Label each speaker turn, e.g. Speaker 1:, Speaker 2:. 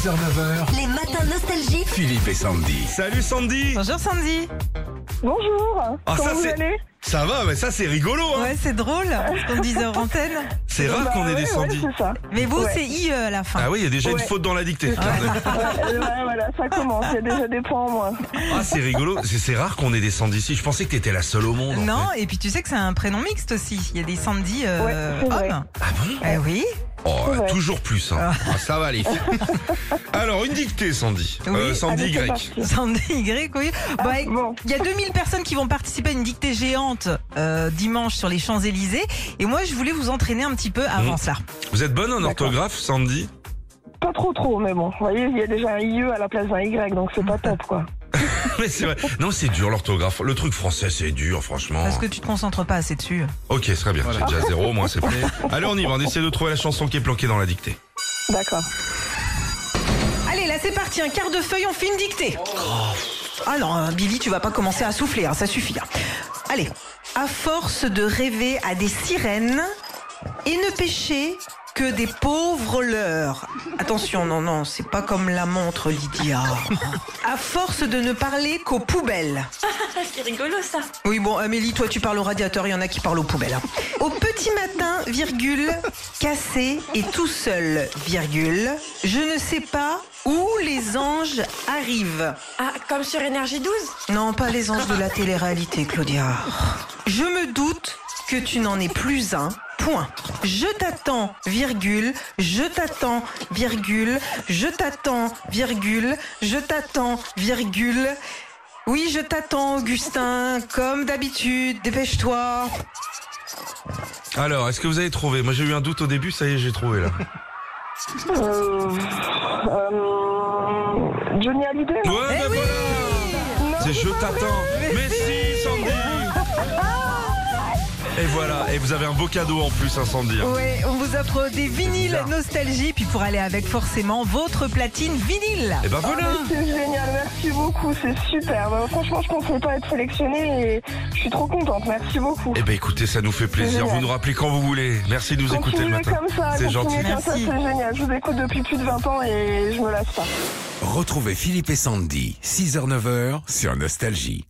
Speaker 1: 6h-9h,
Speaker 2: Les matins nostalgiques.
Speaker 1: Philippe et Sandy.
Speaker 3: Salut Sandy
Speaker 4: Bonjour Sandy
Speaker 5: Bonjour.
Speaker 3: Ah,
Speaker 5: Comment
Speaker 3: ça,
Speaker 5: vous
Speaker 3: c'est-
Speaker 5: allez
Speaker 3: Ça va, mais ça c'est rigolo hein
Speaker 4: Ouais c'est drôle, ce qu'on disait en antenne.
Speaker 3: C'est rare
Speaker 5: Bah
Speaker 3: qu'on ait
Speaker 5: ouais,
Speaker 3: des
Speaker 5: ouais,
Speaker 3: Sandy.
Speaker 5: c'est ça.
Speaker 4: Mais vous
Speaker 5: Ouais.
Speaker 4: c'est IE à la fin.
Speaker 3: Ah oui, il y a déjà une
Speaker 5: Ouais.
Speaker 3: faute dans la dictée. Ah,
Speaker 5: Ouais, ouais, voilà, ça commence. Il y a déjà des points en moins.
Speaker 3: Ah c'est rigolo, c'est c'est rare qu'on ait des Sandy ici. Je pensais que t'étais la seule au monde. en
Speaker 4: Non, et puis tu sais que c'est un prénom mixte aussi. Il y a des Sandy euh,
Speaker 5: Ouais, c'est vrai.
Speaker 4: hommes.
Speaker 3: fait. Ah bon
Speaker 4: Eh oui.
Speaker 3: Oh,
Speaker 5: Ouais.
Speaker 3: toujours plus. hein. Ah, ça va les filles. Alors une dictée Sandy.
Speaker 4: Oui.
Speaker 3: Euh, Sandy
Speaker 5: Allez, c'est
Speaker 3: grecque.
Speaker 5: parti.
Speaker 4: Sandy Y. Oui.
Speaker 5: Ah.
Speaker 4: Bah, éc-
Speaker 5: Bon,
Speaker 4: il y a 2000 personnes qui vont participer à une dictée géante euh, dimanche sur les Champs-Élysées. Et moi, je voulais vous entraîner un petit peu avant
Speaker 3: Mhm.
Speaker 4: ça.
Speaker 3: Vous êtes bonne en orthographe Sandy
Speaker 5: pas trop trop, mais bon. Vous voyez, il y a déjà un IE à la place d'un Y, donc c'est pas top, quoi.
Speaker 3: Mais c'est vrai. Non c'est dur l'orthographe. Le truc français c'est dur franchement.
Speaker 4: Parce que tu te concentres pas assez dessus.
Speaker 3: Ok très bien, j'ai déjà zéro, moi c'est prêt. Allez on y va, on essaie de trouver la chanson qui est planquée dans la dictée.
Speaker 5: D'accord.
Speaker 4: Allez, là, c'est parti. Un quart de feuille, on fait une dictée. Ah non, hein, Billy, tu vas pas commencer à souffler. hein, ça suffit. hein. Allez. À force de rêver à des sirènes et ne pêcher que des pauvres leurs. Attention, non, non, c'est pas comme la montre, Lydia. À force de ne parler qu'aux poubelles.
Speaker 2: C'est rigolo ça.
Speaker 4: Oui, bon, Amélie, toi, tu parles au radiateur, il y en a qui parlent aux poubelles. hein. Au petit matin, virgule, cassé et tout seul, virgule, je ne sais pas où les anges arrivent.
Speaker 2: Ah, comme sur Énergie 12
Speaker 4: Non, pas les anges de la télé-réalité, Claudia. Je me doute que tu n'en es plus un. Point. Je t'attends, virgule, je t'attends, virgule, je t'attends, virgule, je t'attends, virgule. Oui, je t'attends, Augustin, comme d'habitude, dépêche-toi.
Speaker 3: Alors, est-ce que vous avez trouvé Moi j'ai eu un doute au début, ça y est, j'ai trouvé là.
Speaker 5: Euh, euh, Johnny Hallyday,
Speaker 3: Ouais,
Speaker 5: non
Speaker 3: bah voilà C'est je t'attends Mais si, Sandy Et voilà, et vous avez un beau cadeau en plus, hein, Sandy. hein.
Speaker 4: Ouais, on vous offre des vinyles nostalgie, puis pour aller avec forcément votre platine vinyle.
Speaker 3: Et ben voilà
Speaker 5: C'est génial, merci beaucoup, c'est super. Bah, franchement, je pensais pas être sélectionnée et je suis trop contente. Merci beaucoup.
Speaker 3: Eh ben écoutez, ça nous fait plaisir. Vous nous rappelez quand vous voulez. Merci de nous écouter le
Speaker 5: Continuez
Speaker 3: matin.
Speaker 5: comme ça,
Speaker 3: C'est
Speaker 5: continuez
Speaker 3: gentil.
Speaker 5: comme ça, c'est
Speaker 4: Merci.
Speaker 5: génial. Je vous écoute depuis plus de 20 ans et je me lasse pas.
Speaker 1: Retrouvez Philippe et Sandy, 6h-9h, sur Nostalgie.